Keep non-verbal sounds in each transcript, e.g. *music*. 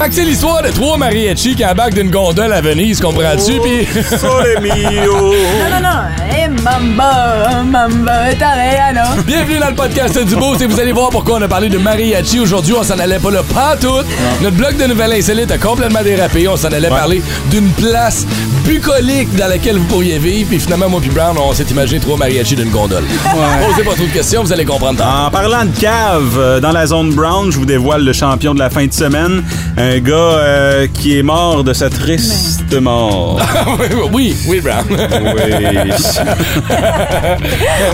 Fait que c'est l'histoire de trois mariachis qui embarquent d'une gondole à Venise, comprends-tu? Puis. *laughs* Sole mio. Non, non, non. Eh, mamba, mamba, italiano. Bienvenue dans le podcast du beau, et vous allez voir pourquoi on a parlé de mariachi aujourd'hui. On s'en allait pas le pantoute. Notre bloc de nouvelles insolites a complètement dérapé. On s'en allait parler d'une place bucolique dans laquelle vous pourriez vivre. Puis finalement, moi puis Brown, on s'est imaginé trois mariachis d'une gondole. Posez pas trop de questions, vous allez comprendre. tantôt. En parlant de cave, euh, dans la zone brown, je vous dévoile le champion de la fin de semaine, un gars euh, qui est mort de sa triste *laughs* mort. *laughs* oui, oui, Brown. Oui.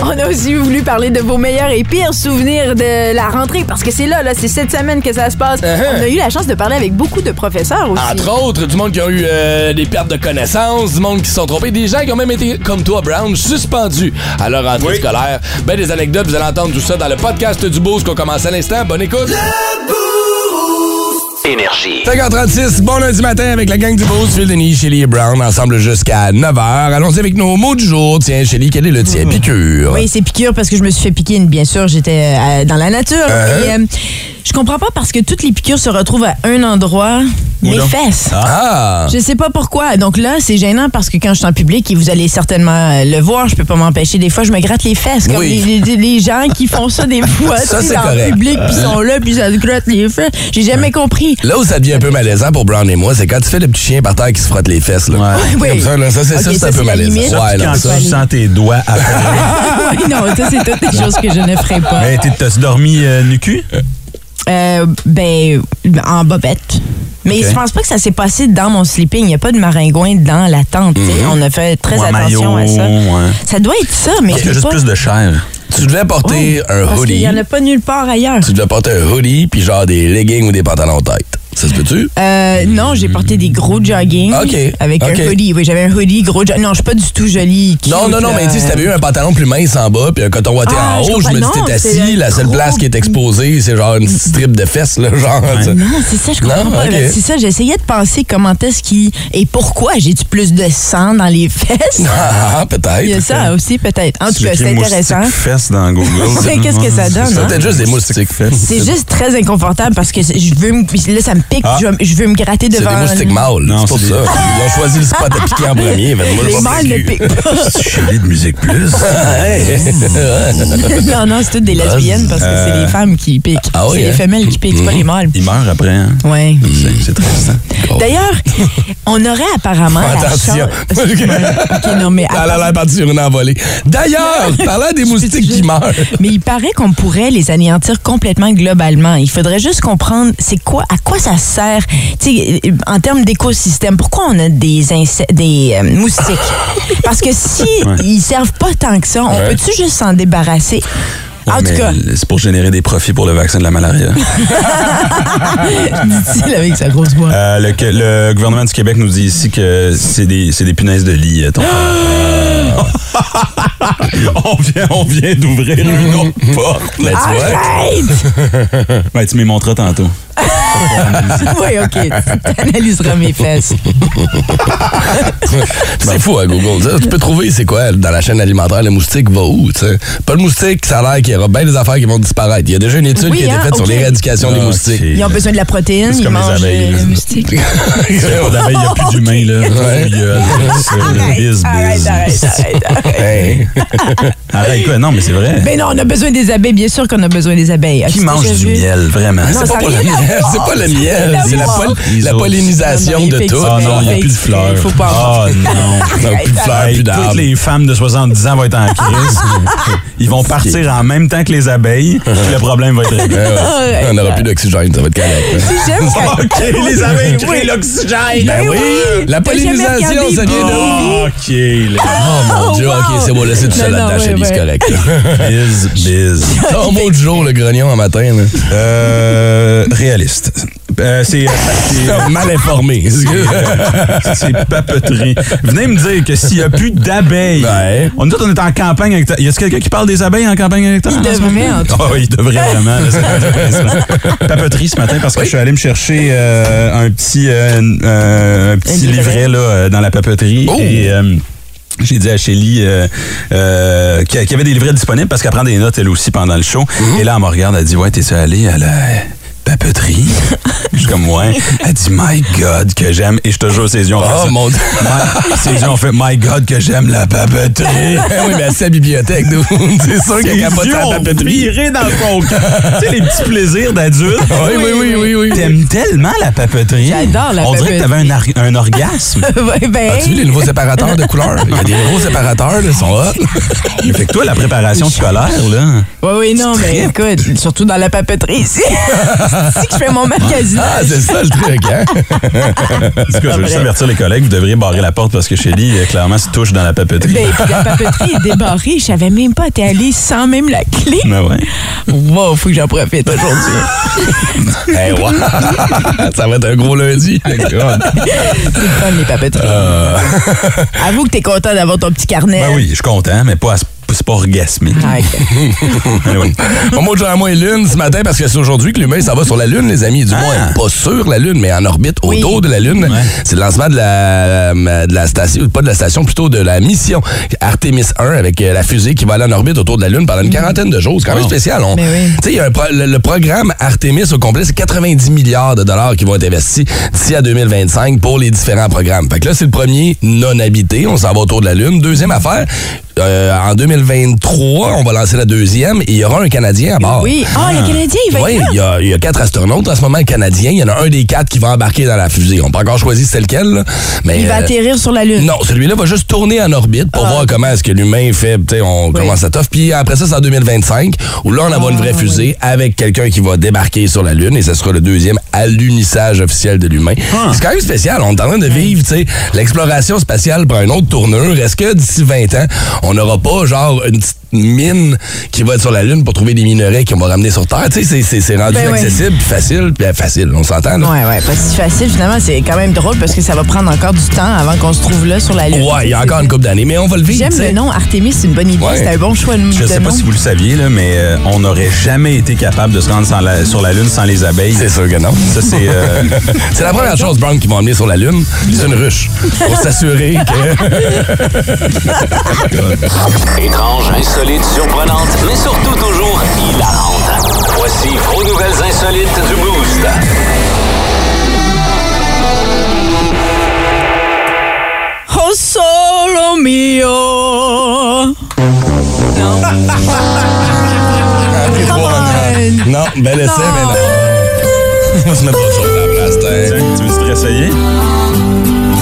On a aussi voulu parler de vos meilleurs et pires souvenirs de la rentrée parce que c'est là, là, c'est cette semaine que ça se passe. Uh-huh. On a eu la chance de parler avec beaucoup de professeurs aussi. Entre autres, du monde qui a eu euh, des pertes de connaissances, du monde qui se sont trompés, des gens qui ont même été, comme toi, Brown, suspendus à leur rentrée Oui. scolaire. Ben des anecdotes, vous allez entendre tout ça dans le podcast du Boost qu'on commence à l'instant. Bonne écoute! Énergie. 5h36, bon lundi matin avec la gang du Boost, Phil Denis, Shelly et Brown, ensemble jusqu'à 9h. Allons-y avec nos mots du jour. Tiens, Shelly, quel est le tien? Piqûre. Mhm. Oui, c'est piqûre parce que je me suis fait piquer une, bien sûr. J'étais euh, dans la nature. Uh-huh. Et, euh, je comprends pas parce que toutes les piqûres se retrouvent à un endroit, mes fesses. Ah! Je sais pas pourquoi. Donc là, c'est gênant parce que quand je suis en public, et vous allez certainement euh, le voir, je peux pas m'empêcher. Des fois, je me gratte les fesses. Comme Oui. les, les- les gens qui font ça *laughs* des fois, Ça, tu sais, c'est dans correct. Uh-huh. le public, puis sont là, puis ça se gratte les fesses. J'ai jamais compris. Là où ça devient un peu malaisant pour Brown et moi, c'est quand tu fais le petit chien par terre qui se frotte les fesses. Là. Ouais. Comme ça, là, ça, c'est Ok, ça, c'est ça, un peu c'est la malaisant. limite. Ouais, là, Quand ça. tu sens tes doigts après. *laughs* oui, non, ça, c'est toutes les choses que je ne ferais pas. Hey, t'es- T'as dormi euh, nu cul? Euh, ben, en bobette. Mais Ok. je pense pas que ça s'est passé dans mon sleeping. Il n'y a pas de maringouin dans la tente. tu Mhm. sais. On a fait très Ou en attention à ça. maillot, ouais. Ça doit être ça, mais Parce qu'il y a j'ai juste pas... Oh, plus de chair. Tu devais porter un Parce qu'il hoodie. n'y en a pas nulle part ailleurs. Tu devais porter un hoodie puis genre des leggings ou des pantalons tête. Ça se peut-tu? Euh, non, j'ai porté des gros jogging Ok, avec ok. un hoodie. Oui, j'avais un hoodie, gros jogging. Non, je suis pas du tout jolie. cute, euh, Non, non, non, là. mais tu sais, si t'avais eu un pantalon plus mince en bas puis un coton watté Ah, en je haut, je me dis comprends. t'es Non, c'est assis, la seule gros- place qui est exposée, c'est genre une petite strip de fesses, là, genre. ça. Non, c'est ça, je comprends Non, pas. ok. C'est ça, j'essayais de penser comment est-ce qu'il. Et pourquoi j'ai-tu plus de sang dans les *laughs* fesses? Ah, Il y a peut-être. ça aussi, peut-être. En tout cas, Tu c'est l'écris intéressant. moustique Fesse dans *laughs* Google. Mais qu'est-ce que ça donne, C'est hein? peut-être juste des moustiques. C'est juste très inconfortable parce que je veux me, là, ça me pique, Ah. je, veux- je veux me gratter C'est devant. des moustiques mâles, Non, c'est pour c'est ça. des- Ils ont choisi le spot à piquer en *laughs* premier. fait que moi, je Les vais mâles ne piquer. piquent pas. Chérie de Musique *laughs* Plus. *laughs* non, non, c'est toutes des lesbiennes parce que c'est les femmes qui piquent. Euh. Ah oui, c'est hein? Mm-hmm. les femelles qui piquent, c'est pas les mâles. Il meurt après. hein. Ouais. Mm. C'est- C'est triste. hein. Oh. D'ailleurs, on aurait apparemment la chance. *laughs* Attention. Ok, non, mais Ah, Elle a l'air partie sur une envolée. *laughs* D'ailleurs, parlant des moustiques qui meurent. Mais il paraît qu'on pourrait les anéantir complètement globalement. Il faudrait juste comprendre c'est quoi, à quoi ça sert, tu sais, euh, en termes d'écosystème. Pourquoi on a des inse- des euh, moustiques Parce que si ils servent pas tant que ça, on Ouais. peut-tu juste s'en débarrasser en Ouais, tout mais *laughs* cas, C'est pour générer des profits pour le vaccin de la malaria. dit-il avec sa grosse *laughs* voix. Euh, le, le gouvernement du Québec nous dit ici que c'est des, c'est des punaises de lit. euh, ton père. *laughs* on vient, on vient d'ouvrir une *laughs* autre porte. là, Ben, tu vois. Arrête! Ouais, tu m'y montreras tantôt. oui, OK. Tu analyseras mes fesses. C'est fou à Google. ça. Tu peux trouver c'est quoi dans la chaîne alimentaire le moustique va où, tu sais. Pas le moustique, ça a l'air qu'il y aura bien des affaires qui vont disparaître. Il y a déjà une étude Oui, qui a été hein, faite sur ok. l'éradication des Ah, moustiques. ok. *laughs* Ils ont besoin de la protéine, C'est ils comme les mangent abeilles, là. les moustiques. Pas Oh, d'abeilles, il n'y a plus d'humains, là. Ouais. Il y a- Biz, biz. Oh, *laughs* Arrête, arrête, arrête, arrête. *laughs* Hey. Arrête, quoi? Non, mais c'est vrai. Ben non, on a besoin des abeilles, bien sûr qu'on a besoin des abeilles. Ah, Qui As-tu mange déjà du vu? miel, vraiment? Non, C'est ça pas a pour le rien à miel, voir. c'est pas le miel, à c'est la, voir. pol- Les la autres. pollinisation Non, non, de il fait tout. exprès. Ah non, il n'y a Fait plus de exprès, fleurs. faut pas Ah *laughs* non. Non, plus de fleurs, Hey, plus toutes d'arbres. les femmes de 70 ans vont être *laughs* en crise. Ils vont partir en même temps que les *laughs* abeilles. puis le problème va être réglé. Ah, Ouais, Ah, ouais. On n'aura plus d'oxygène, ça va être correct. hein. J'aime *laughs* quand- OK, les abeilles Oui. créent l'oxygène. Ben oui, la T'as jamais pollinisation, regardé ça vient de où? OK, les Oh mon *laughs* Oh, dieu, wow. ok, c'est bon, laissez tout ça Non, non, là-dedans, ouais, chez lui, c'est ouais. correct. *laughs* biz, biz. Ton mot du jour, Oh, le grognon, en matin, là. Euh, réaliste. Euh, c'est *laughs* c'est- Mal informé. *laughs* c'est papeterie. Venez me dire que s'il n'y a plus d'abeilles, Ouais. on nous autres, on est en campagne électorale. Y a quelqu'un qui parle des abeilles en campagne électorale? Il en ce moment? devrait, en tout Ah oui, il devrait vraiment. là, c'est intéressant. Papeterie ce matin parce que je suis allé me chercher euh, un petit, euh, euh, un petit Un livret. livret là, euh, dans la papeterie. Oh! Et, euh, J'ai dit à Shelly euh, euh, qu'il y a- qu'il y avait des livrets disponibles parce qu'elle prend des notes elle aussi pendant le show. Mm-hmm. Et là, elle me regarde, elle dit Ouais, t'es-tu allé à la *laughs* papeterie Je suis comme Ouais. Elle dit My God, que j'aime. Et je te jure, ses yeux ont fait Oh, ça. mon Dieu. My- ses yeux ont fait My God, que j'aime la papeterie. *laughs* Eh oui, mais elle sait la bibliothèque, dude. *laughs* C'est sûr qu'elle a pas de Ils ont papeterie. viré dans *laughs* le coke. tu sais, les petits plaisirs d'adulte. Oui, oui, oui, oui, oui. T'aimes tellement la papeterie. J'adore la On dirait que t'avais un, ar- un orgasme. *laughs* Ouais, ben, As-tu vu les nouveaux séparateurs de couleurs? Il y a des nouveaux séparateurs, là, ils sont hot. fait que toi, la préparation scolaire, là. Oui, oui, non, mais écoute, surtout dans la papeterie *laughs* ici. C'est que je fais mon Ah, magasinage. c'est ça le truc, hein? En tout cas, je veux juste Après. avertir les collègues, vous devriez barrer la porte parce que Shelly, euh, clairement, se touche dans la papeterie. Ben, puis la papeterie est débarrée. Je savais même pas. T'es allé sans même la clé. Mais Ben ouais. Wow, faut que j'en profite aujourd'hui. Eh, wow! *laughs* Ça va être un gros *laughs* lundi. C'est le fun, les papeteries. Euh. Avoue que t'es content d'avoir ton petit carnet. Ben oui, je suis content, mais pas à ce- c'est pas orgasmique. Ben Ah, ok. Anyway. Mon mot de jour à moi est lune ce matin parce que c'est aujourd'hui que l'humain s'en va sur la lune, les amis. Du moins, pas sur la lune, mais en orbite Oui. autour de la lune. C'est le lancement de la, euh, de la station, pas de la station, plutôt de la mission Artemis 1 avec euh, la fusée qui va aller en orbite autour de la lune pendant une quarantaine de jours. C'est quand même spécial. On- Mais Ben oui. Tu sais, il y a un pro- le, le programme Artemis au complet, c'est 90 milliards de dollars qui vont être investis d'ici à 2025 pour les différents programmes. Fait que là, c'est le premier non habité. On s'en va autour de la Lune. Deuxième affaire, euh, en 2023, on va lancer la deuxième et il y aura un Canadien à bord. Oui. Ah, le Canadien, il va Oui, être là. il y, a, il y a quatre astronautes en ce moment canadiens. Il y en a un des quatre qui va embarquer dans la fusée. On n'a pas encore choisi c'est lequel. là, mais, Il va euh, atterrir sur la Lune. non, celui-là va juste tourner en orbite Ah. pour voir comment est-ce que l'humain fait. Tu sais, on commence à t'offre. Puis après ça, c'est en 2025 où là, on Ah, envoie une vraie fusée avec quelqu'un qui va débarquer sur la Lune et ce sera le deuxième alunissage officiel de l'humain. Ah. C'est quand même spécial. On est en train de vivre, tu sais, l'exploration spatiale prend une autre tournure. Est-ce que d'ici 20 ans, on n'aura pas genre une petite mine qui va être sur la Lune pour trouver des minerais qu'on va ramener sur Terre? Tu sais, c'est- c'est- c'est rendu Ben ouais. accessible, puis facile, puis facile. On s'entend, là? Ouais, ouais, pas si facile. Finalement, c'est quand même drôle parce que ça va prendre encore du temps avant qu'on se trouve là sur la Lune. Ouais, il y a encore une couple d'années, mais on va le vivre. J'aime tu sais. le nom Artemis, c'est une bonne idée. Ouais. C'est un bon choix de, Je de sais nom. pas si vous le saviez, là, mais euh, on n'aurait jamais été capable de se rendre sans la- sur la Lune sans les abeilles. C'est sûr que non. Ça, *laughs* c'est. euh, C'est la première chose, Brown, qu'ils vont emmener sur la Lune. C'est une ruche. Pour s'assurer que. Étrange, insolite, surprenante, mais surtout toujours hilarante. Voici vos nouvelles insolites du Boost. Oh solo mio. Non. Ah, Non, bel essai, mais non. On va se mettre autre chose à la place, hein. t'es. Tiens, tu veux te réessayer?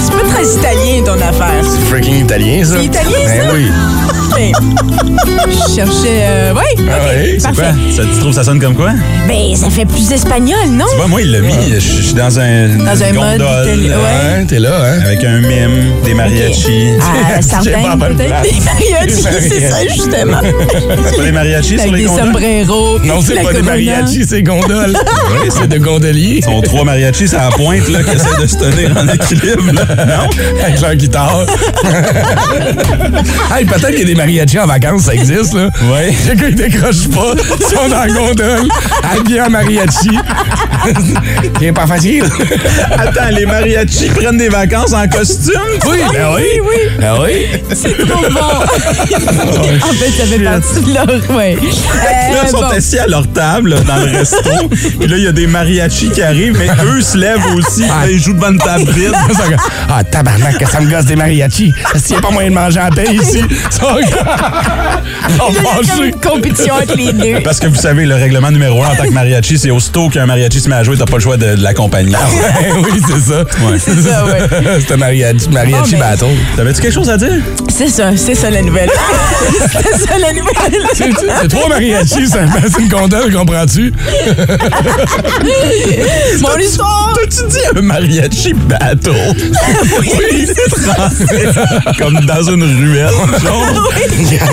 C'est pas très italien ton affaire. C'est freaking italien, ça. C'est italien, Ben ça? oui. Ben, Je cherchais. euh, ouais. Ah oui. C'est quoi? Parfait. Ça, tu trouves ça sonne comme quoi? Ben, ça fait plus espagnol, non? Tu vois, moi, il l'a mis. Je je suis dans un. Dans un mode italien. Ouais. *laughs* Hein, t'es là, hein? Avec un mime, des mariachis. *laughs* À la J'ai pas la Sardaigne, bonne Ah, *laughs* peut-être. place. Des mariachis, Des c'est ça, mariachis. justement. C'est pas des mariachis sur Avec les des gondoles? sombreros. Non, c'est la pas des corona. mariachis, c'est *laughs* gondoles. Oui, c'est de gondoliers. Ils sont trois mariachis à la pointe là, qui essaient de se tenir en équilibre. Là. Non? Avec leur guitare. *laughs* hey, peut-être qu'il y a des mariachis en vacances, ça existe, là. *laughs* Ouais. Les gars, ils décrochent pas. Ils sont dans la gondole, habillés en mariachi. C'est pas facile. Attends, les mariachis prennent des vacances en costume? Oui, ben oui. Oui, oui. Ben oui. C'est trop bon. en fait, ça fait partie de leur. Ouais. Là, Eh, Euh, ils sont bon. assis à leur table là, *laughs* dans le resto. Puis là, il y a des mariachis qui arrivent, mais eux se lèvent aussi. puis là, ils jouent devant une table *laughs* vide. Ah, tabarnak, que ça me gosse des mariachis. S'il n'y a pas moyen de manger en paix ici, ça *laughs* On Il y a comme va une compétition entre les deux. Parce que vous savez, le règlement numéro un en tant que mariachi, c'est aussitôt qu'un mariachi se met à jouer, t'as pas le choix de, de l'accompagner. Ah *laughs* Oui, c'est ça. C'est ça, ouais. *laughs* C'est un mariachi, mariachi Ah, ben. battle. T'avais-tu quelque chose à dire? C'est ça, c'est ça la nouvelle. *laughs* c'est ça la nouvelle. *laughs* C'est c'est trois mariachis, ça c'est une gondole, comprends-tu? Mon histoire. T'as-tu dit un mariachi bateau? Oui, c'est ça. Comme dans une ruelle, genre.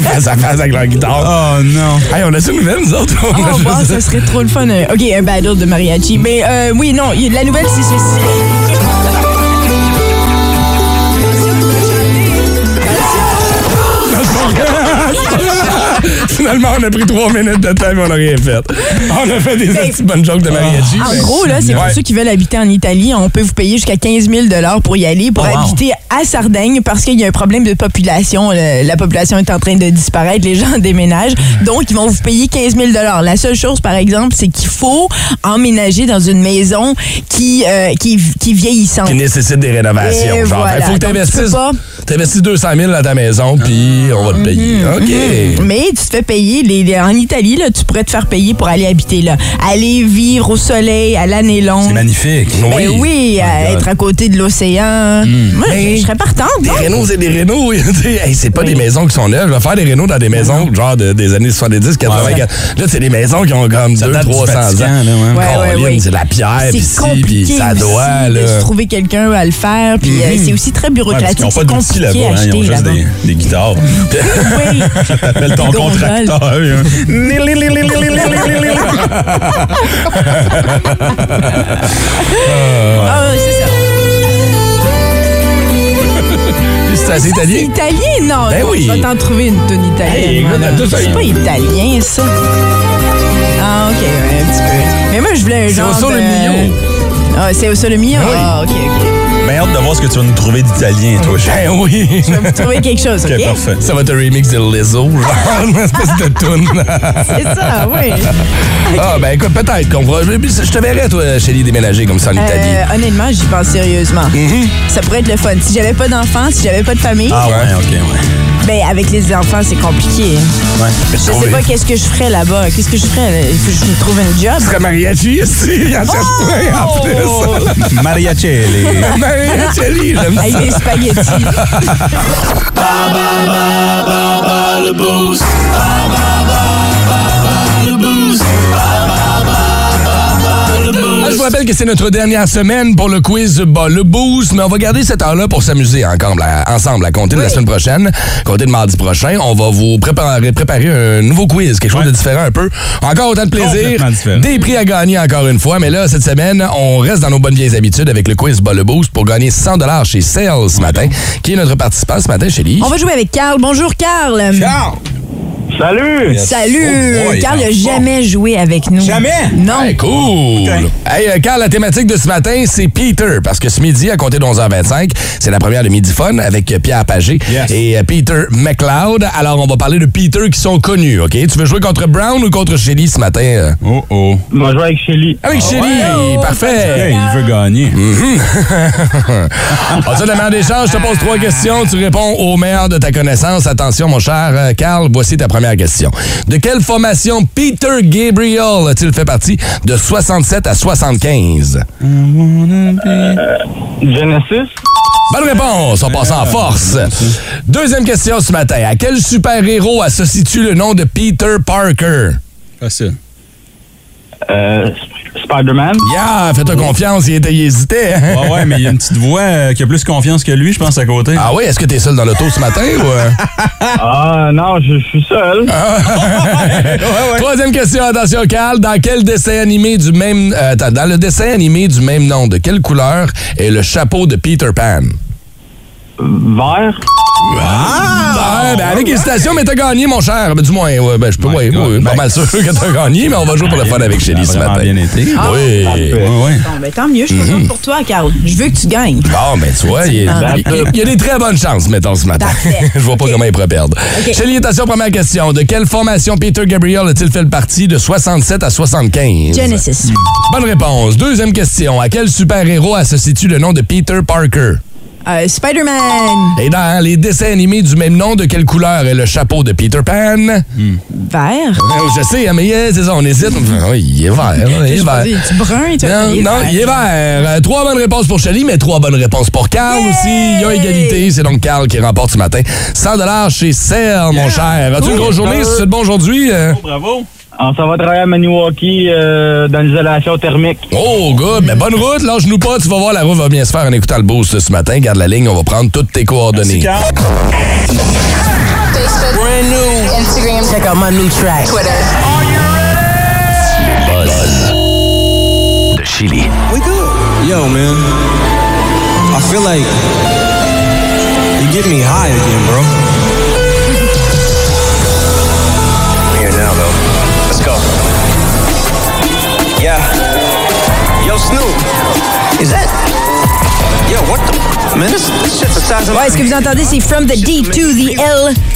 face à face avec leur guitare. Oh non. Hey, on a-tu une nouvelle, nous autres? On a *laughs* Oh, juste- wow, ça serait trop le fun. euh, OK, un battle de mariachi. Mais euh, oui, non, il y a de la nouvelle, c'est ceci. Non, Finalement, on a pris trois minutes de temps, mais on n'a rien fait. On a fait des petites bonnes jokes de mariachi. En mais- Ah, gros, là, c'est pour Ouais. ceux qui veulent habiter en Italie, on peut vous payer jusqu'à 15 000 pour y aller, pour Oh, wow. habiter à Sardaigne, parce qu'il y a un problème de population. Le- la population est en train de disparaître, les gens *laughs* déménagent, donc ils vont vous payer 15 000 La seule chose, par exemple, c'est qu'il faut emménager dans une maison qui, euh, qui, qui est *laughs* vieillissante. qui nécessite des rénovations. Et genre, voilà. il faut que tu Donc, tu peux investisses, pas- t'investisses 200 000 dans ta maison, puis on va te payer. OK. Mmh. Mais tu te fais payer. les- les- en Italie, là, tu pourrais te faire payer pour aller habiter là. Aller vivre au soleil, à l'année longue. C'est Oh magnifique. Ben oui, à être à côté de l'océan. Mmh. Moi, Mais- je, je serais partante. Des non? rénaux, c'est des rénaux. *laughs* tu sais. Hey, c'est pas des maisons qui sont neuves. Je vais faire des rénaux dans des maisons genre de- des années 70, 84. Là, c'est des maisons qui ont comme Ça 200, date du 300 ans. Vatican, là, ouais. Ouais, ouais, Colline, ouais. C'est de la pierre, puis C'est ci, puis compliqué ça aussi doit. de là. se trouver quelqu'un à le faire. Puis euh, Mmh. c'est aussi très bureaucratique. ils n'ont pas c'est d'outils là-bas, compliqué à hein, ils ont acheter juste là-bas. des, des guitares. *laughs* Oui. Appelle ton Des gondoles. contracteur. hein. Ah, c'est ça. C'est assez Ça, C'est italien. italien, non? Ben non, oui. Je vais t'en trouver une tonne Hey, italienne. écoute, voilà. tout ça, c'est il- pas italien, ça. Ah, OK, ouais, un petit peu. Mais moi, je voulais un C'est genre au sol de... le mio. Ah, c'est au sol le mio? Oui. Ah, OK, OK. Ben, hâte de voir ce que tu vas nous trouver d'italien, toi, *laughs* Jean. Ben oui. Je vais vous trouver quelque chose, OK? Ok, parfait. Ça va être un remix de Lizzo, genre *laughs* une espèce de *laughs* tune. C'est ça, *laughs* oui. Ah, ben écoute, peut-être qu'on va. Je je te verrai, toi, Chélie, déménager comme ça en Italie. Euh, honnêtement, j'y pense sérieusement. Mm-hmm. Ça pourrait être le fun. Si j'avais pas d'enfants, si j'avais pas de famille, Ah ouais, ok, ouais. ben avec les enfants, c'est compliqué. ouais. Je Ah sais pas qu'est-ce que je ferais là-bas. Qu'est-ce que je ferais? Il faut que je me trouve un job. Tu serais mariachi ici, il en cherche plein en plus. Oh! *laughs* Mariacelli. Mariachi, j'aime ça. Avec des *laughs* spaghettis. Ah, Je vous rappelle que c'est notre dernière semaine pour le quiz Bas le Boost, mais on va garder cet heure-là pour s'amuser encore, là, ensemble à compter de la semaine prochaine, compter de mardi prochain. On va vous préparer, préparer un nouveau quiz, quelque chose de différent un peu. Encore autant de plaisir, Complètement différent. des prix à gagner encore une fois, mais là, cette semaine, on reste dans nos bonnes vieilles habitudes avec le quiz Bas le Boost pour gagner 100 chez Sales ce matin, qui est notre participant ce matin chez lui. On va jouer avec Carl. Bonjour, Carl. Salut! Salut! Oh boy, Carl il est n'a en jamais joué avec nous. Jamais? Non. Hey, cool! Hey, euh, Carl, la thématique de ce matin, c'est Peter, parce que ce midi, à compter de 11h25, c'est la première de Midi Fun avec euh, Pierre Pagé Yes. et euh, Peter McLeod. Alors, on va parler de Peter qui sont connus, OK? Tu veux jouer contre Brown ou contre Shelly ce matin? euh? Oh oh. Moi, je vais avec Shelly. Avec Shelly! Hey, Parfait! Eh, il veut gagner. On te demande d'échange, je te pose trois questions, tu réponds au meilleur de ta connaissance. Attention, mon cher euh, Carl, voici ta première question. De quelle formation Peter Gabriel a-t-il fait partie de 67 à 75? Genesis? Bonne réponse, on passe Ah, en force. Deuxième question ce matin. À quel super-héros associe-tu le nom de Peter Parker? Facile. Euh, Sp- Spider-Man? Yeah, fais-toi confiance, il, était, il hésitait. hein? Oh. Ouais, ouais, mais il y a une petite voix euh, qui a plus confiance que lui, je pense, à côté. Ah oui, est-ce que t'es seul dans l'auto ce matin ou... *laughs* euh? Ah, non, je, je suis seul. Troisième question, attention Carl. Dans quel dessin animé du même... euh, attends, dans le dessin animé du même nom, de quelle couleur est le chapeau de Peter Pan? Vert? Ah, ben avec hésitation, mais t'as gagné, mon cher. Ben, du moins, ouais, ben, je peux, ouais, God. ouais, pas Ben- mal sûr que t'as gagné, mais on va jouer pour le *laughs* fun avec Chélie ce Ça a vraiment matin. bien été. Oui. Ouais, ouais. Bon, ben, tant mieux, je suis Mm-hmm. contente pour toi, Carl. Je veux que tu gagnes. Bon, ben tu vois, il y, a, il- il y a des très bonnes chances, mettons, ce matin. Parfait. *laughs* Je vois pas comment il pourrait perdre. Salutations, première question. De quelle formation Peter Gabriel a-t-il fait le parti de 67 à 75? Genesis. Bonne réponse. Deuxième question. À quel super-héros associe-tu le nom de Peter Parker? Euh, Spider-Man. Et dans les dessins animés du même nom, de quelle couleur est le chapeau de Peter Pan? Vert. Euh, Je sais, hein, mais euh, c'est ça, on hésite. Oui, il est vert. hein, Il est Je vert. pensais, Es-tu brun? et tu- Non, non, il est vert. Euh, Trois bonnes réponses pour Shelly, mais trois bonnes réponses pour Carl aussi. Il y a égalité. C'est donc Carl qui remporte ce matin. 100 chez Serre, mon cher. As-tu une grosse journée? C'est bon aujourd'hui? euh? Bravo. On s'en Ah, va travailler à Maniwaki euh, dans l'isolation thermique. Oh, good. Mais bonne route. Lâche-nous pas. Tu vas voir, la route va bien se faire en écoutant le boost ce matin. Garde la ligne. On va prendre toutes tes coordonnées. Instagram. Check out my new track. Twitter. De Chili. We good. Yo, man. I feel like you get me high again, bro. Rien Yo, what the? Man, this, this shit's the size of Ouais, ce que vous entendez, c'est From the D to the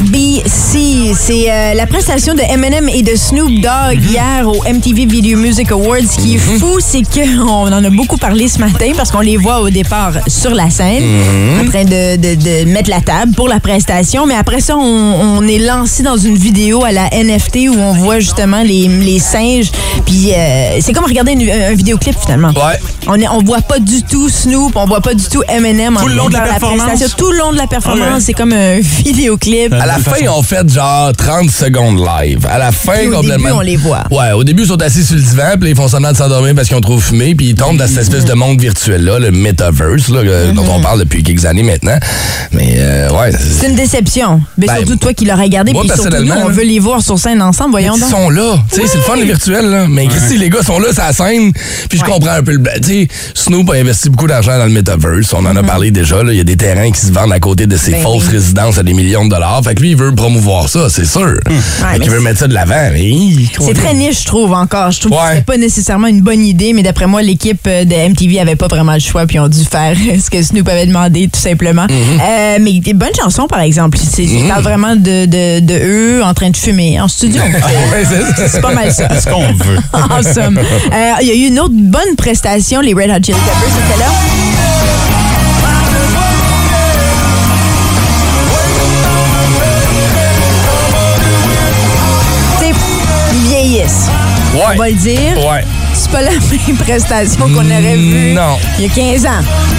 LBC. C'est euh, la prestation de Eminem et de Snoop Dogg Mm-hmm. hier au MTV Video Music Awards. Ce qui est fou, c'est qu'on en a beaucoup parlé ce matin parce qu'on les voit au départ sur la scène, Mm-hmm. en train de, de- de mettre la table pour la prestation. Mais après ça, on, on est lancé dans une vidéo à la NFT où on voit justement les, les singes. Puis euh, c'est comme regarder une- un vidéoclip finalement. Ouais. On, est, on voit pas du tout Snoop, on voit pas du tout Eminem Tout le long de la dans performance? prestation. Tout le long de la performance, Ah ouais. c'est comme un vidéoclip. À la De fin, façon. ils ont fait genre 30 secondes live. À la fin, Puis au complètement. début, on les voit. Ouais, au début, ils sont assis sur le divan, puis ils font semblant de s'endormir parce qu'ils ont trop fumé, puis ils tombent dans cette espèce de monde virtuel-là, le metaverse, là, Mm-hmm. que- dont on parle depuis quelques années maintenant. Mais, euh, ouais. c'est- C'est une déception. Mais Ben, surtout toi qui l'as regardé, moi, puis surtout nous, personnellement, on là. veut les voir sur scène ensemble, voyons Ils donc. sont là. Tu sais, c'est le fun, le virtuel, là. Mais si les gars sont là, ça scène. Puis je comprends un peu le bla- Tu sais, Snoop a investi beaucoup d'argent dans le metaverse. On en a parlé déjà, là. Il y a des terrains qui se vendent à côté de ses Mm-hmm. Ben fausses oui. résidences à des millions de dollars. Fait que lui, il veut promouvoir ça, c'est sûr. Mm. Fait Ouais, qu'il mais veut c'est- mettre ça de l'avant. mais il- C'est très niche, je trouve, encore. Je trouve Ouais. que c'était pas nécessairement une bonne idée, mais d'après moi, l'équipe euh, de MTV avait pas vraiment le choix, puis ont dû faire *laughs* ce que Snoop avait demandé, tout simplement. Mm-hmm. Euh, mais des bonnes chansons, par exemple. C'est- Ils parlent vraiment de, de, de eux en train de fumer *laughs* en studio. Ah Ouais, c'est ça. C'est pas mal ça. Ce qu'on veut. en *laughs* somme. Euh, Il y a eu une autre bonne prestation, les Red Hot Chili Peppers étaient là. Tu sais, Ils vieillissent, Ouais. on va le dire. Ouais. C'est pas la *laughs* même prestation qu'on aurait vue Non. il y a 15 ans.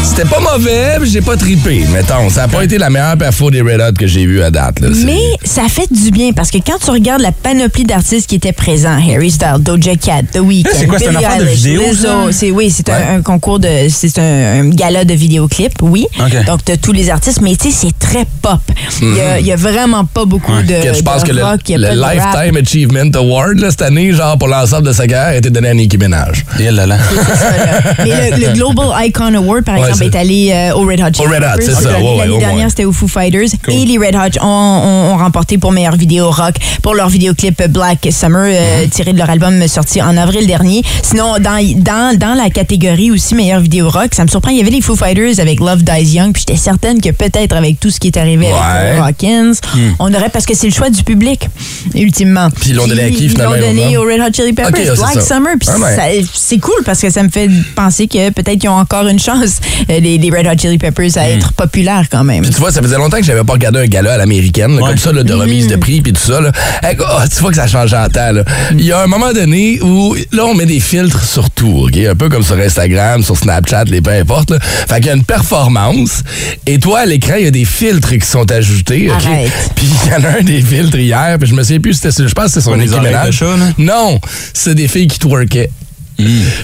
C'était pas mauvais, mais j'ai pas tripé, mettons. Ça a pas été la meilleure perfo des Red Hot que j'ai vue à date, là. C'est- Mais ça fait du bien parce que quand tu regardes la panoplie d'artistes qui étaient présents, Harry Styles, Doja Cat, The Weeknd, Là, c'est quoi, c'est une Billie affaire de Eilish, vidéo, Lizzo, ça? c'est oui, c'est un, un concours de c'est un, un gala de vidéoclips, oui. OK. Donc t'as tous les artistes, mais tu sais c'est très pop. Il y a, il y a vraiment pas beaucoup de, Mhm. Que je pense de que le, euh, rock, il y a le pas de rap. Lifetime Achievement Award, là, cette année, genre, pour l'ensemble de sa carrière, a été donné à Nicki Minaj. Et là, là. C'est ça, là. Mais le, le Global Icon Award, par Ouais, exemple, est c'est- allé euh, au Red Hot Chili Au Red Hot, Peppers. c'est ça, L'année- ouais, ouais, L'année au moins. dernière, c'était aux Foo Fighters. Et les Red Hot ont, ont- ont remporté pour meilleure vidéo rock pour leur vidéoclip Black Summer, euh, Mm-hmm. tiré de leur album sorti en avril dernier. Sinon, dans, dans, dans la catégorie aussi meilleure vidéo rock, ça me surprend, il y avait les Foo Fighters avec Love Dies Young, puis j'étais certaine que peut-être avec tout ce qui est arrivé avec Ouais. Mm. les Hawkins, on aurait, parce que c'est le choix du public, ultimement. Puis ils l'ont donné à qui, finalement, Ils l'ont ils donné l'ont aux Red Hot Chili Peppers, Ok, ah, c'est Black ça. Summer, puis Ah, ouais. ça- euh, c'est cool parce que ça me fait penser que peut-être qu'ils ont encore une chance, euh, les, les Red Hot Chili Peppers, Hmm. à être populaires quand même. Mm. Puis tu vois, ça faisait longtemps que j'avais pas regardé un gala à l'américaine, là, comme ça, là, de remise de prix, puis tout ça. Là. Hey, oh, tu vois que ça change en temps. là. Il y a un moment donné où, là, on met des filtres sur tout, OK? un peu comme sur Instagram, sur Snapchat, les peu importe. là. Fait qu'il y a une performance, et toi, à l'écran, il y a des filtres qui sont ajoutés. OK? Arrête. Puis il y en a un des filtres hier, puis je me souviens plus, c'était sur- je pense que c'était sur Des Nicki oreilles de Minaj. chat, là? Non, c'est des filles qui twerkaient.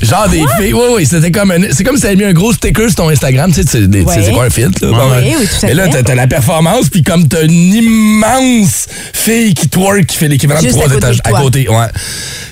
Genre des filles. Oui, oui, c'était comme un. C'est comme si t'avais mis un gros sticker sur ton Instagram. Tu sais, c'est des- tu sais, Ouais. c'est quoi un filtre, là? Ouais. euh, Eh Oui, oui, tout à mais là, fait. t'as- t'as la performance, puis comme t'as une immense fille qui twerk, qui fait l'équivalent de Juste trois à côté de étages à toi. côté. Ouais.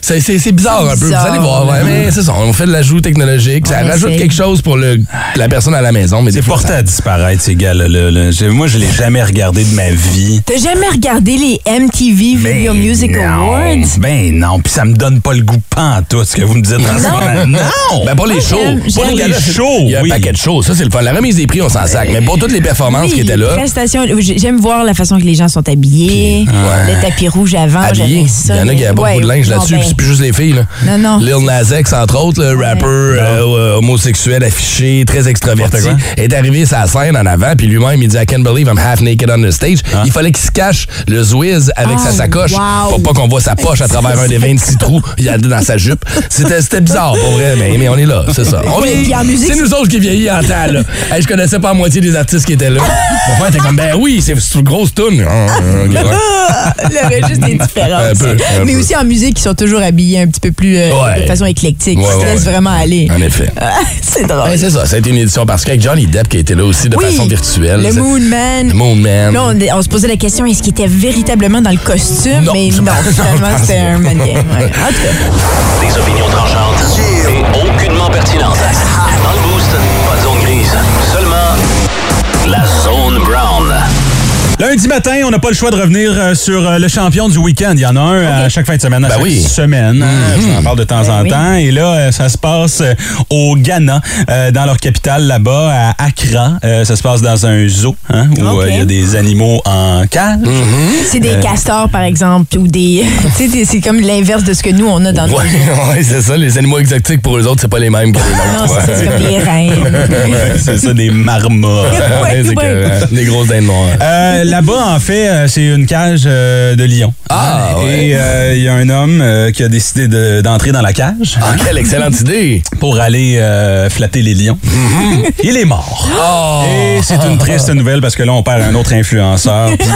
C'est, c'est- c'est bizarre un peu. Vous Bizarre, allez voir, ouais. ouais. Mais c'est ça, on fait de l'ajout technologique. ça On rajoute essaie. quelque chose pour le, la personne à la maison. Mais C'est des fois, porté ça- à disparaître, ces gars-là. là, là. J'ai- Moi, je l'ai jamais regardé de ma vie. T'as jamais regardé les MTV Video Music non. Awards? Ben non, puis ça me donne pas le goût pas tout ce que vous me dites en ce moment. Non! Ben pour les shows. j'aime- Pour j'aime- les galas, c'est- shows, Il y a un oui. paquet de shows. Ça, c'est le fun. La remise des prix, on s'en sac. Mais pour toutes les performances Oui, qui étaient là. prestation, j- j'aime voir la façon que les gens sont habillés, le tapis rouge avant, habillés. j'aimais Il Ah, ça. y en a qui a beaucoup Ouais, de linge non, là-dessus, ben, puis c'est plus juste les filles. Là. Non, non. Lil Nas X, entre autres, le rappeur euh, homosexuel affiché, très extraverti, N'importe est arrivé sa scène en avant, puis lui-même, il dit « I can't believe I'm half naked on the stage Il fallait qu'il se cache le Zwiz avec Ah, sa sacoche wow. pour pas qu'on voit sa poche à travers un des 26 trous il y a dans sa jupe. C'était c'était bizarre, pour vrai, mais, mais on est là, c'est ça. On Ouais, vieillit. puis en musique, c'est nous autres qui vieillit en temps, là. Hey, je connaissais pas la moitié des artistes qui étaient *laughs* là. Mon frère était comme « Ben oui, c'est c'est une grosse toune. ah, Ah, *laughs* le registre est différent. Un peu, un Mais peu. aussi en musique, ils sont toujours habillés un petit peu plus euh, Ouais. de façon éclectique. Ouais, ils se ouais, laissent ouais. vraiment aller. En effet. *laughs* c'est drôle. Ouais, c'est ça, ça a été une édition parce qu'avec Johnny Depp qui était là aussi de Oui, façon virtuelle. Le C'est- Moon Man. Le Moon Man. Là, on, on se posait la question, est-ce qu'il était véritablement dans le costume? Non, mais je- *laughs* non, non, je finalement, pense c'était pas. un mannequin. ouais. En tout cas. Des opinions tranchantes et aucunement pertinentes. Dans le boost, pas de zone grise, seulement la zone brown. Lundi matin, on n'a pas le choix de revenir euh, sur euh, le champion du week-end. Il y en a un à chaque fin de semaine, à chaque oui. semaine. hein. Je vous en parle de temps en oui. temps. Et là, euh, ça se passe euh, au Ghana, euh, dans leur capitale là-bas, à Accra. Euh, ça se passe dans un zoo hein, où Ok. euh, il y a des animaux en cage. C'est des Euh. castors, par exemple, ou des. *laughs* tu sais, c'est- c'est comme l'inverse de ce que nous, on a dans nos. Ouais, *laughs* ouais, c'est ça. Les animaux exotiques pour eux autres, c'est pas les mêmes que les nôtres. Non, c'est ça, c'est comme des reines. *laughs* Ouais, *laughs* C'est ça, des marmots. Ouais, c'est *laughs* Ouais, ouais. que, euh, des grosses dindes noires. Euh, Là-bas, en fait, euh, c'est une cage euh, de lion. Ah, ouais. Et euh, il y a un homme euh, qui a décidé de- d'entrer dans la cage Ah, quelle excellente idée! pour aller euh, flatter les lions. Il est mort. Oh! Et c'est une triste nouvelle parce que là, on perd un autre influenceur. Puis-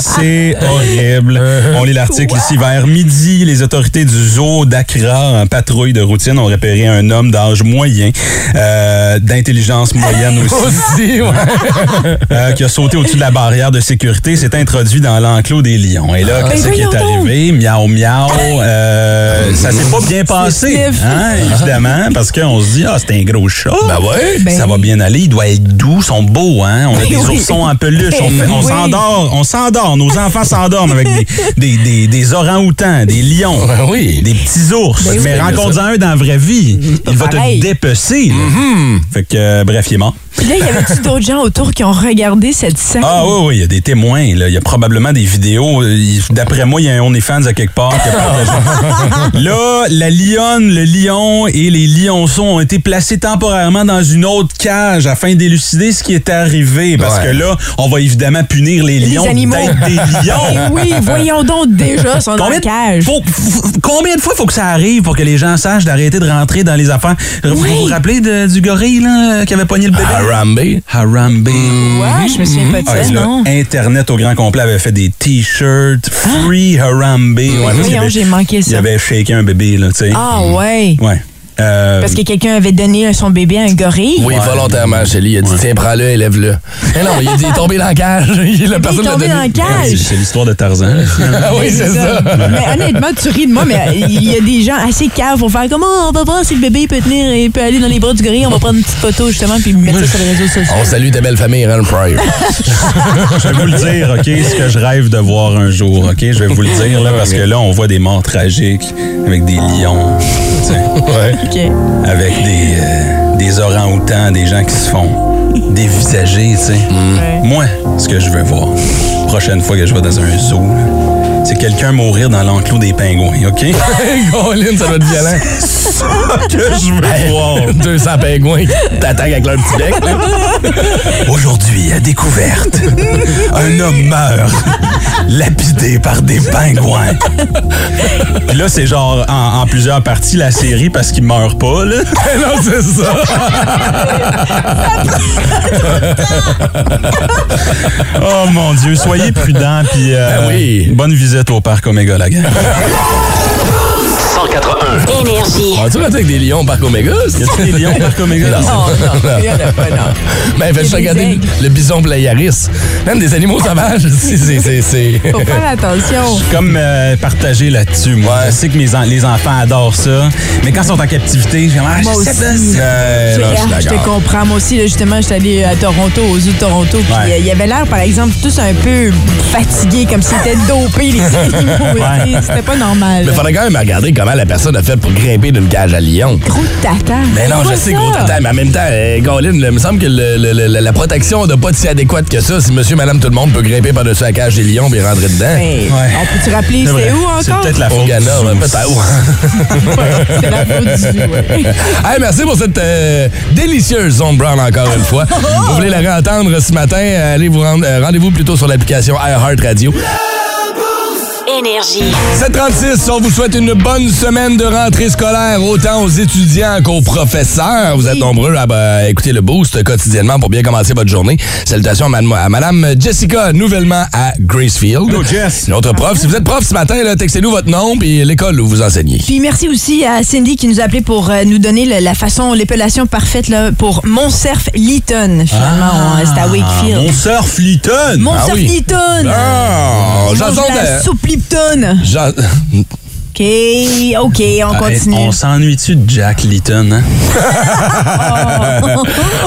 c'est horrible. On lit l'article ici. Vers midi, les autorités du zoo d'Accra, en patrouille de routine, ont repéré un homme d'âge moyen, euh, d'intelligence moyenne aussi, Aussi, ouais. euh, qui a sauté au-dessus de la barrière de sécurité, s'est introduit dans l'enclos des lions. Et là, qu'est-ce qui voyons est donc. arrivé? Miaou, miaou. euh, ça s'est pas bien passé, stiff. hein, évidemment, parce qu'on se dit, ah, c'est un gros chat. Ah. Ben ouais. Ben ça va bien aller, il doit être doux, ils sont beaux, hein? On a des Oui. Ben oursons en peluche, on, fait- on Oui. s'endort, on s'endort, nos enfants s'endorment avec des, des, des, des orang-outans, des lions, Ben oui. des petits ours. Ben oui. Mais C'est bien rencontre-en un dans la vraie vie, il va pareil. te dépecer. là. Mm-hmm. Fait que, euh, bref, il est mort. Puis là, il y avait-tu d'autres gens autour qui ont regardé cette scène? Ah oui, oui, il y a des témoins. Là. Il y a probablement des vidéos. Il- D'après moi, il y a un OnlyFans à quelque part. qui a partagé. là, la lionne, le lion et les lionçons ont été placés temporairement dans une autre cage afin d'élucider ce qui est arrivé. Parce Ouais. que là, on va évidemment punir les lions animaux. d'être *laughs* des lions. Eh oui, voyons donc déjà son Combien de, cage. faut- faut- combien de fois faut que ça arrive pour que les gens sachent d'arrêter de rentrer dans les affaires? Vous vous rappelez de- du gorille là, qui avait pogné le bébé? Harambe. Harambe. Ouais, je me souviens pas de Ah, ça, là, non. Ah. Internet au grand complet avait fait des t-shirts Free Harambe. Ouais, parce qu'il y Voyons, avait- j'ai manqué Il ça. avait shaké un bébé, là, tu sais. Ah ouais. Ouais. Euh, Parce que quelqu'un avait donné son bébé à un gorille. Oui, volontairement, Shelly. Il a dit, tiens, prends-le, élève-le. Mais non, il a dit, il est tombé dans la cage. *laughs* La personne il est l'a tombé dans la donné. c'est- cage. C'est l'histoire de Tarzan. *laughs* Ah oui, c'est ça. *laughs* Mais honnêtement, tu ris de moi, mais il y a des gens assez caves pour faire comment on va voir si le bébé peut tenir et peut aller dans les bras du gorille. On va prendre une petite photo justement puis mettre ça sur les réseaux sociaux. On salue ta belle famille, Ron *laughs* Pryor. je vais vous le dire, OK, ce que je rêve de voir un jour, OK? Je vais vous le dire, là, parce que là, on voit des morts tragiques avec des lions, tu sais, Oh. Ok. avec des, euh, des orangs-outans, des gens qui se font dévisager, tu sais. Mm. Moi, ce que je veux voir, prochaine fois que je vais dans un zoo, là, c'est quelqu'un mourir dans l'enclos des pingouins, *laughs* OK? Colin, ça doit être violent. *laughs* que je veux voir. 200 pingouins qui t'attaquent avec leur petit *laughs* bec. là. Aujourd'hui, à découverte, un homme meurt, lapidé par des pingouins. Puis là, c'est genre en, en plusieurs parties la série parce qu'il meurt *laughs* pas, là. non, c'est ça. Oh mon Dieu, soyez prudents, puis euh, Ben oui. bonne visite au parc Omega Lagan. 181. Énergie. On tu rentres avec des lions au parc Omega? Y a-t-il des lions au parc Oh, Omega? Ah, Non, non, Il y en a pas, non. Ben, fais juste Il y a des regarder aigles. le, le bison pis la Yaris. Même des animaux sauvages, c'est- c'est- c'est... c'est- Faut faire *laughs* attention. Comme euh, partager là-dessus, moi. Je sais que mes en- les enfants adorent ça, mais quand ils sont en captivité, je ah, Moi je sais pas aussi. si- Euh, non, Ah, je je suis te d'accord. comprends. Moi aussi, là, justement, je suis allée à Toronto, aux zoo de Toronto. Puis Ouais. euh, il y avait l'air, par exemple, tous un peu fatigués, comme s'ils étaient dopés, *laughs* les animaux. Ouais. tu sais. C'était pas normal. Mais faudrait quand même regarder comment la personne a fait pour grimper d'une cage à lion. Gros tata. Mais non, je sais, gros tata, mais en même temps, euh, Colin, là, il me semble que le- le- le- la protection n'a pas de si adéquate que ça si monsieur, madame, tout le monde peut grimper par-dessus la cage des lions et rentrer dedans. Hey, Ouais. Ben, On peut-tu rappeler C'est c'est vrai. où C'est encore? peut-être la Au faute. Ghana, du ouais, zoo. peut-être. *laughs* C'est la faute du zoo, ouais. Hey, merci pour cette euh, délicieuse zone brown encore une fois. Vous voulez la réentendre ce matin, euh, allez vous rendre, euh, rendez-vous plutôt sur l'application iHeart Radio. Énergie. 736, on vous souhaite une bonne semaine de rentrée scolaire, autant aux étudiants qu'aux professeurs. Vous êtes nombreux à bah, écouter le boost quotidiennement pour bien commencer votre journée. Salutations à, madame- à Madame Jessica, nouvellement à Gracefield. Hello, Jess. Notre prof, si vous êtes prof ce matin, là, textez-nous votre nom et l'école où vous enseignez. Puis merci aussi à Cindy qui nous a appelé pour euh, nous donner le- la façon, l'épellation parfaite là, pour Montserf Lytton. Finalement, on- c'est à Ah, Wakefield. Mon surf Ah, Lytton! Ah Montserf oui. Lytton! Ah, Mange hein. chanson de la de- *laughs* soupe Lipton. Jean- OK, OK, on Ah, hey, continue. on s'ennuie-tu de Jack Litton, hein?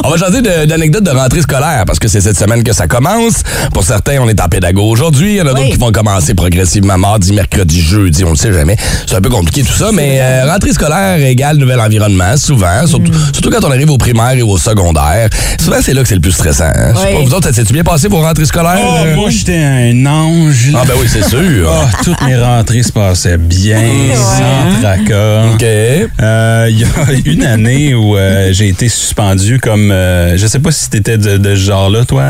On va changer de- d'anecdote de rentrée scolaire parce que c'est cette semaine que ça commence. Pour certains, on est en pédago aujourd'hui. Il y en a d'autres Oui. qui vont commencer progressivement mardi, mercredi, jeudi. On ne sait jamais. C'est un peu compliqué tout ça, mais euh, rentrée scolaire égale nouvel environnement, souvent. Surtout, Mm. surtout quand on arrive au primaire et au secondaire. Souvent, c'est là que c'est le plus stressant. hein. Je sais Oui. pas, vous autres, ça s'est-tu bien passé vos rentrées scolaires? Oh, moi, j'étais un ange. là. Euh, Ah ben oui, c'est sûr. Ah, toutes mes rentrées se passaient bien, sans tracas. *laughs* OK. Euh, Il y a *laughs* une année où euh, j'ai été suspendu comme... euh, je sais pas si t'étais de, de ce genre-là, toi.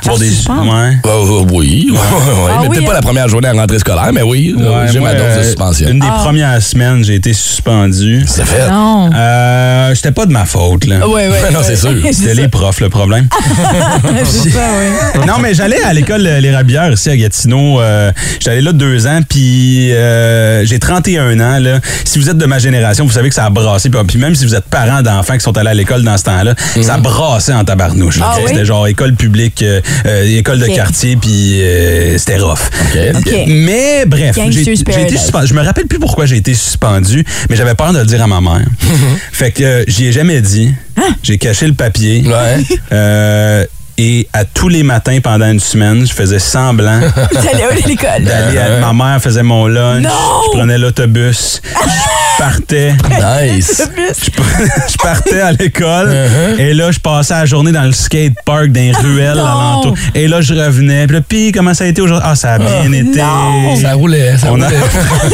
te faire suspendre? Ouais. Euh, oui, *laughs* ouais, ouais. Ah mais oui, peut-être hein? pas la première journée à la rentrée scolaire, mais oui, Ouais, j'ai moi, ma dose euh, de suspension. Ah, Une des Ah. premières semaines, j'ai été suspendu. C'est fait. Non. Euh, C'était pas de ma faute, là. *laughs* Ouais, ouais, non, c'est ouais. *laughs* sûr. C'était les profs, le problème. C'est ça, ouais. non, mais j'allais à l'école euh, Les Rabières ici à Gatineau. Euh, J'étais allé là deux ans, puis euh, j'ai 31 ans. Là. Si vous êtes de ma génération, vous savez que ça a brassé. Puis puis même si vous êtes parents d'enfants qui sont allés à l'école dans ce temps-là, ça a brassé en tabarnouche. là. Mhm. Ah oui? C'était genre école publique, euh, euh, école de Ok. quartier, puis euh, c'était rough. OK. Mais bref, Gangster's j'ai j'ai été Paradise. suspendu. Je me rappelle plus pourquoi j'ai été suspendu, mais j'avais peur de le dire à ma mère. fait que euh, j'y ai jamais dit. J'ai caché le papier. Ouais. *laughs* Euh, et à tous les matins pendant une semaine, je faisais semblant T'allais à l'école. *laughs* d'aller à ma mère faisait mon lunch, Non! je prenais l'autobus, je partais, *laughs* Nice. Plus. je partais à l'école et là je passais la journée dans le skate park dans les ruelles Non! alentour et là je revenais puis là, Puis, comment ça a été aujourd'hui ah ça a bien été Ça roulait, ça On a- roulait.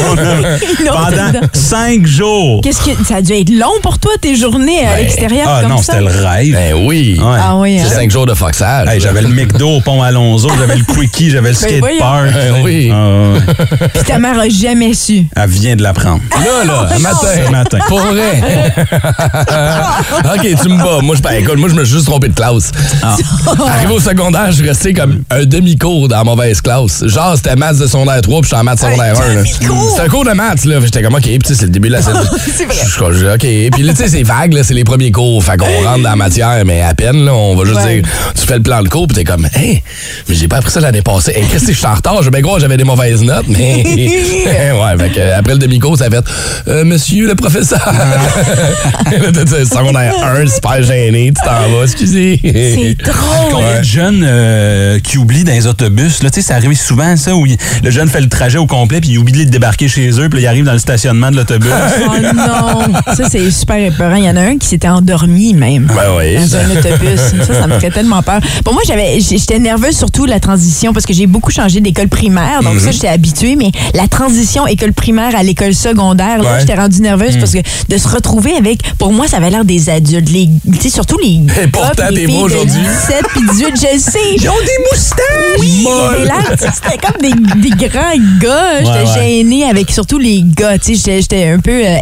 *laughs* on a- Non, *laughs* pendant non. cinq jours Qu'est-ce que ça a dû être long pour toi tes journées à l'extérieur ah comme non ça c'était le rêve Ben oui. Ouais. Ah oui. C'est hein. cinq jours de foxage. Hey, j'avais le McDo au pont Alonso, j'avais *laughs* le Quickie, j'avais le Ben voyons. skatepark. Eh oui. Ah ouais. Puis ta mère a *laughs* jamais su. Elle vient de l'apprendre. *laughs* Là, *laughs* là, un matin. Ce matin. Pour vrai. *laughs* ok, tu me bats. Moi, je, ben, écoute, moi, je me suis juste trompé de classe. Ah. *laughs* Arrivé au secondaire, je suis resté comme un demi-cours dans la mauvaise classe. Genre, c'était maths de secondaire 3, puis j'étais en maths secondaire 1. là. demi-cours? C'était un cours de maths, là. J'étais comme, OK, puis tu sais, c'est le début *laughs* de la semaine. C'est vrai. Je- je- je- OK. Puis là, tu sais, c'est vague, là, c'est les premiers cours. Fait qu'on rentre dans la matière, mais à peine, là, on va juste Ouais. dire, tu fais le plan de cours, puis t'es comme, hey, mais j'ai pas appris ça l'année passée. Hey, qu'est-ce que je suis en retard? Je ben gros, j'avais des mauvaises notes, *laughs* mais. *laughs* ouais, fait que, après le demi-cours, ça fait, Euh, monsieur le professeur. *laughs* Là, t'as dit, secondaire 1, super gêné, tu t'en vas, excusez. *laughs* C'est drôle. Combien de jeunes euh, qui oublient dans les autobus, là, tu sais, ça arrive souvent, ça, où il- le jeune fait le trajet au complet, puis il oublie de débarquer chez eux, puis là, il arrive dans le stationnement de l'autobus. Oh non! Ça, c'est super épeurant. Il y en a un qui s'était endormi même. *laughs* Ben oui. Dans *laughs* un autobus. Ça, ça me ferait tellement peur. Pour moi, j'avais, j'étais nerveuse surtout la transition parce que j'ai beaucoup changé d'école primaire. Donc, Mhm. ça, j'étais habituée. Mais la transition école primaire à l'école secondaire, là, Ouais. Mhm. j'étais rendue nerveuse parce que de se retrouver avec, pour moi, ça avait l'air des adultes. Les, tu sais, surtout les. Et pourtant, gars, puis les t'es beau filles de aujourd'hui. 17 puis 18, je le sais. Ils ont des moustaches! Oui! Molle. ils avaient l'air- C'était comme des, des grands gars. J'étais ouais. gênée avec surtout les gars. Tu sais, j'étais- j'étais un peu euh,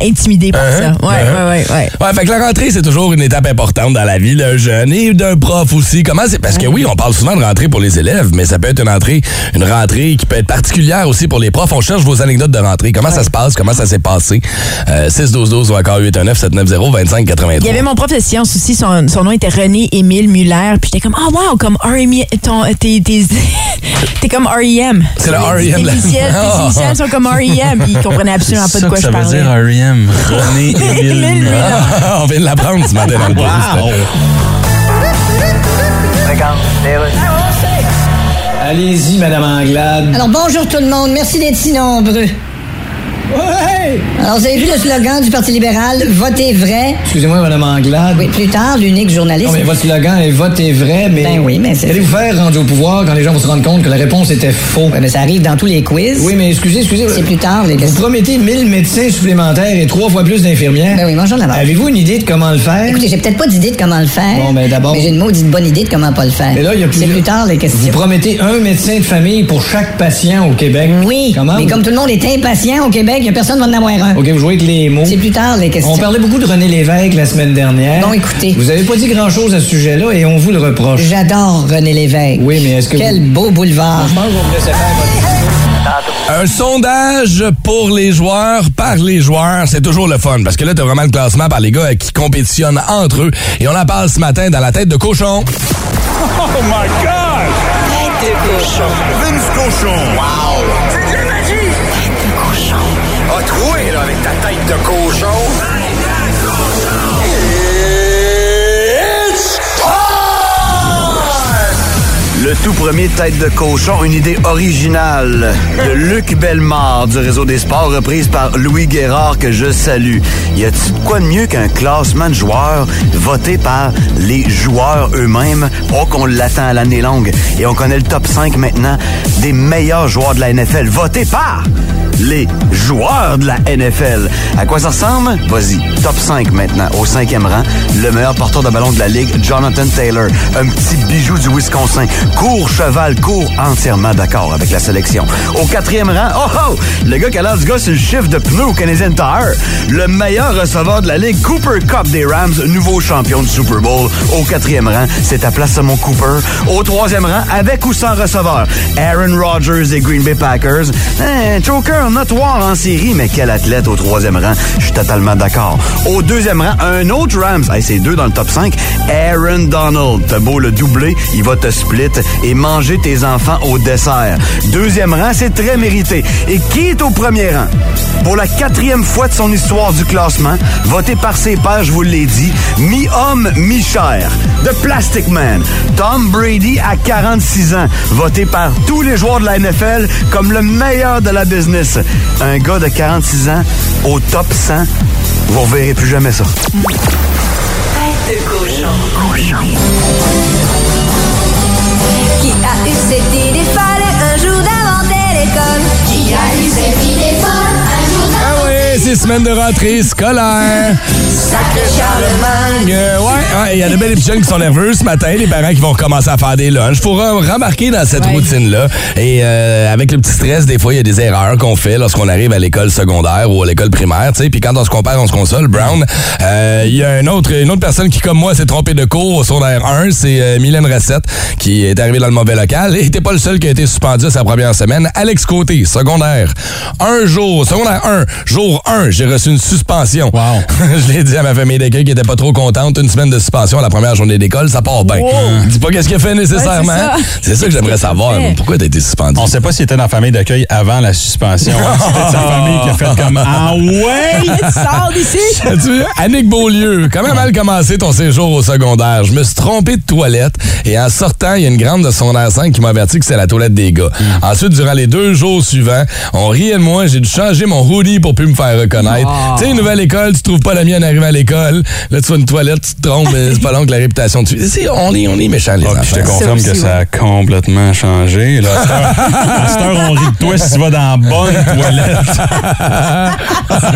Uh-huh. intimidée par ça. Ouais, ouais, ouais, ouais. Ouais, fait que la rentrée, c'est toujours une étape importante dans la vie d'un jeune et d'un prof aussi. Comment c'est? Parce que oui, on parle souvent de rentrée pour les élèves, mais ça peut être une rentrée, une rentrée qui peut être particulière aussi pour les profs. On cherche vos anecdotes de rentrée. Comment ça se passe? Comment ça s'est passé? Euh, 6-12-12 ou encore 819-790-2583. Il y avait mon prof de science aussi, son, son nom était René-Émile Muller. Puis j'étais comme, ah, wow, comme R.E.M. ton- T'es t'es- *laughs* t'es comme E R.E.M. C'est le E Tes R.E.M., là. *laughs* initiales tes initiales sont comme E R.E.M. Puis il comprenait absolument pas de quoi que je Ah. ça veut parlais. dire E R.E.M. *laughs* René Émile Émile. Muller. *laughs* on vient de l'apprendre ce matin dans le boost. Allez-y, Madame Anglade. Alors bonjour tout le monde, merci d'être si nombreux. Alors vous avez vu le slogan du Parti libéral, votez vrai. Excusez-moi, Madame Anglade. Oui, plus tard, l'unique journaliste. Non, mais votre slogan est vote est vrai, mais. Ben oui, mais c'est- Allez vous faire rendu au pouvoir quand les gens vont se rendre compte que la réponse était faux. Ouais, mais ça arrive dans tous les quiz. Oui, mais excusez, excusez. C'est plus tard, les Vous questions. promettez 1000 médecins supplémentaires et trois fois plus d'infirmières. Ben oui, mangeons la marde. Avez-vous une idée de comment le faire? Écoutez, j'ai peut-être pas d'idée de comment le faire. Bon, ben, d'abord- Mais j'ai une maudite bonne idée de comment pas le faire. Mais là, il y a C'est plusieurs- plus tard, les vous questions. promettez un médecin de famille pour chaque patient au Québec. Oui, Comment? mais vous- comme tout le monde est impatient au Québec, il y a personne qui va en avoir un. OK, vous jouez avec les mots. C'est plus tard, les questions. On parlait beaucoup de René Lévesque la semaine dernière. Non, écoutez. Vous avez pas dit grand-chose à ce sujet-là et on vous le reproche. J'adore René Lévesque. Oui, mais est-ce que Quel vous- beau boulevard. Je pense que vous me laissez faire votre- Un sondage pour les joueurs, par les joueurs, c'est toujours le fun parce que là, t'as vraiment le classement par les gars euh, qui compétitionnent entre eux. Et on en parle ce matin dans la tête de cochon. Tête Tête de cochon. Vince cochon. Wow! C'est de la magie! Tête de cochon. A troué, là, avec ta tête de cochon. It's Le tout premier tête de cochon, une idée originale de Luc Bellemare du réseau des sports, reprise par Louis Guérard que je salue. Y a-t-il de quoi de mieux qu'un classement de joueurs voté par les joueurs eux-mêmes? Oh, qu'on l'attend à l'année longue. Et on connaît le top 5 maintenant des meilleurs joueurs de la NFL, voté par les joueurs de la NFL. À quoi ça ressemble? Vas-y, top 5 maintenant, au cinquième rang. Le meilleur porteur de ballon de la Ligue, Jonathan Taylor. Un petit bijou du Wisconsin. Court cheval, court entièrement d'accord avec la sélection. Au quatrième rang, oh oh! Le gars qui a l'air du gars sur le chiffre de pneus au Canadian Tire. Le meilleur receveur de la Ligue, Cooper Cup des Rams, nouveau champion du Super Bowl. Au quatrième rang, c'est ta place à mon Cooper. Au troisième rang, avec ou sans receveur, Aaron Rodgers des Green Bay Packers. Un choker notoire en série, mais quel athlète au troisième rang. Je suis totalement d'accord. Au deuxième rang, un autre Rams. Hey, c'est deux dans le top 5. Aaron Donald. T'as beau le doubler, il va te split et manger tes enfants au dessert. Deuxième rang, c'est très mérité. Et qui est au premier rang? Pour la quatrième fois de son histoire du classement, voté par ses pairs, je vous l'ai dit, mi-homme, mi-cher. The Plastic Man. Tom Brady à 46 ans, voté par tous les joueurs de la NFL comme le meilleur de la business. Un gars de 46 ans au top 100, vous ne verrez plus jamais ça. Tête de cochon. Qui a eu cette idée folle un jour d'inventer l'école? Qui a eu cette idée folle un jour Ah oui, c'est semaine de rentrée scolaire. Sacré Charlemagne. Euh, ouais, hein, il y a de belles jeunes qui sont nerveux ce matin, les parents qui vont recommencer à faire des lunchs. Faut re- rembarquer dans cette routine-là. Et euh, avec le petit stress, des fois, il y a des erreurs qu'on fait lorsqu'on arrive à l'école secondaire ou à l'école primaire, tu sais. Puis quand on se compare, on se console. Brown, euh, il y a une autre, une autre personne qui, comme moi, s'est trompée de cours au secondaire 1, c'est euh, Mylène Racette, qui est arrivée dans le mauvais local. Et t'es pas le seul qui a été suspendu à sa première semaine. Alex Côté, secondaire. Un jour, secondaire 1, jour 1, j'ai reçu une suspension. *laughs* Je l'ai dit à ma famille d'accueil qui était pas trop contente. Une semaine de suspension à la première journée d'école, ça part bien. Dis pas qu'est-ce qu'il a fait nécessairement. hein. Ouais, c'est ça. c'est ça. que j'aimerais savoir. Parfait. Pourquoi t'as été suspendu? On sait pas s'il était dans la famille d'accueil avant la suspension. hein. *laughs* C'est peut-être sa famille qui a fait comme Ah ouais! Tu sors d'ici! *laughs* Annick Beaulieu, comment mal commencé ton séjour au secondaire? Je me suis trompé de toilette et en sortant, il y a une grande de son 5 qui m'a averti que c'est la toilette des gars. Mm. Ensuite, durant les deux jours suivants, on riait de moi, j'ai dû changer mon hoodie pour plus me faire reconnaître. Ah. Tu sais, une nouvelle école, tu trouves pas la mienne arrivée à l'école. Là, tu vois une toilette, tu te trompes, mais c'est pas long que la réputation tu sais, On est, on est méchants, les Ah, puis enfants. je te confirme que ça a complètement changé. *laughs* Là, à cette heure- à cette heure, on rit de toi si tu vas dans la bonne toilette. *laughs* C'est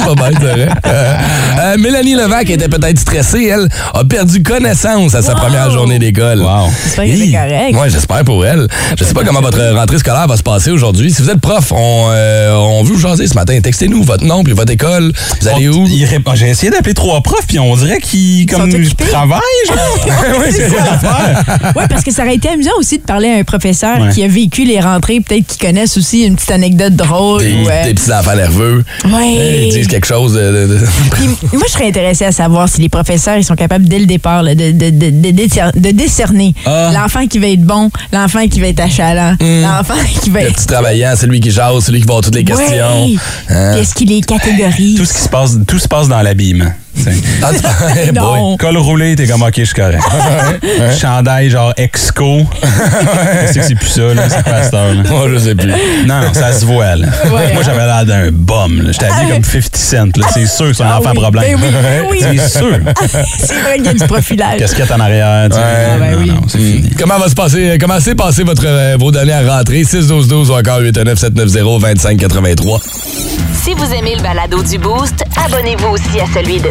pas bête, c'est vrai. Euh, euh, Mélanie Levac était peut-être stressée, elle a perdu connaissance à sa première journée d'école. Wow. J'espère qu'elle est correcte. Oui, j'espère pour elle. Je sais pas comment votre rentrée scolaire va se passer aujourd'hui. Si vous êtes prof, on, euh, on veut vous jaser ce matin. Textez-nous votre nom puis votre école. Vous allez où? ah, J'ai essayé d'appeler trois profs, puis on dirait qu'ils comme, travaillent. *laughs* Genre. Ouais, *laughs* c'est quoi l'affaire? Oui, parce que ça aurait été amusant aussi de parler à un professeur Ouais. qui a vécu les rentrées, peut-être qui connaissent aussi une petite anecdote drôle. Des, ou, euh, des petits enfants nerveux. Ouais. Ils disent quelque chose de- de- *laughs* de... Puis, moi, je serais intéressée à savoir si les professeurs ils sont capables dès le départ là, de, de- de- de décer- de décerner Ah. l'enfant qui va être bon, l'enfant qui va être achalant, Hmm. l'enfin qui va Le être. petit travaillant, celui Hein, qui jase, celui qui va avoir toutes les *laughs* questions. Ouais. Hein? Puis Est-ce qu'il est catégorie? Ah. Tout ce qui se passe, tout se passe dans l'abîme. Ah, tu- Non. Boy. Col roulé, t'es comme ok, je suis correct. Chandail genre exco. Je sais que c'est plus ça, là, c'est pas à cette heure, là. Moi, je sais plus. Non, non, ça se voit, là. Moi, j'avais l'air d'un bum, là. J'étais habillé comme 50 Cent, là. C'est sûr que c'est un enfant à problème. Ben oui, ben oui. *laughs* C'est sûr. C'est vrai qu'il y a du profilage. Casquette en arrière, tu sais. Ah, ben Non, non, c'est Mm. fini. Mm. Comment va se passer, comment s'est passé votre, euh, vos dernières rentrées? 6-12-12 ou encore 819-790-2583. Si vous aimez le balado du Boost, abonnez-vous aussi à celui de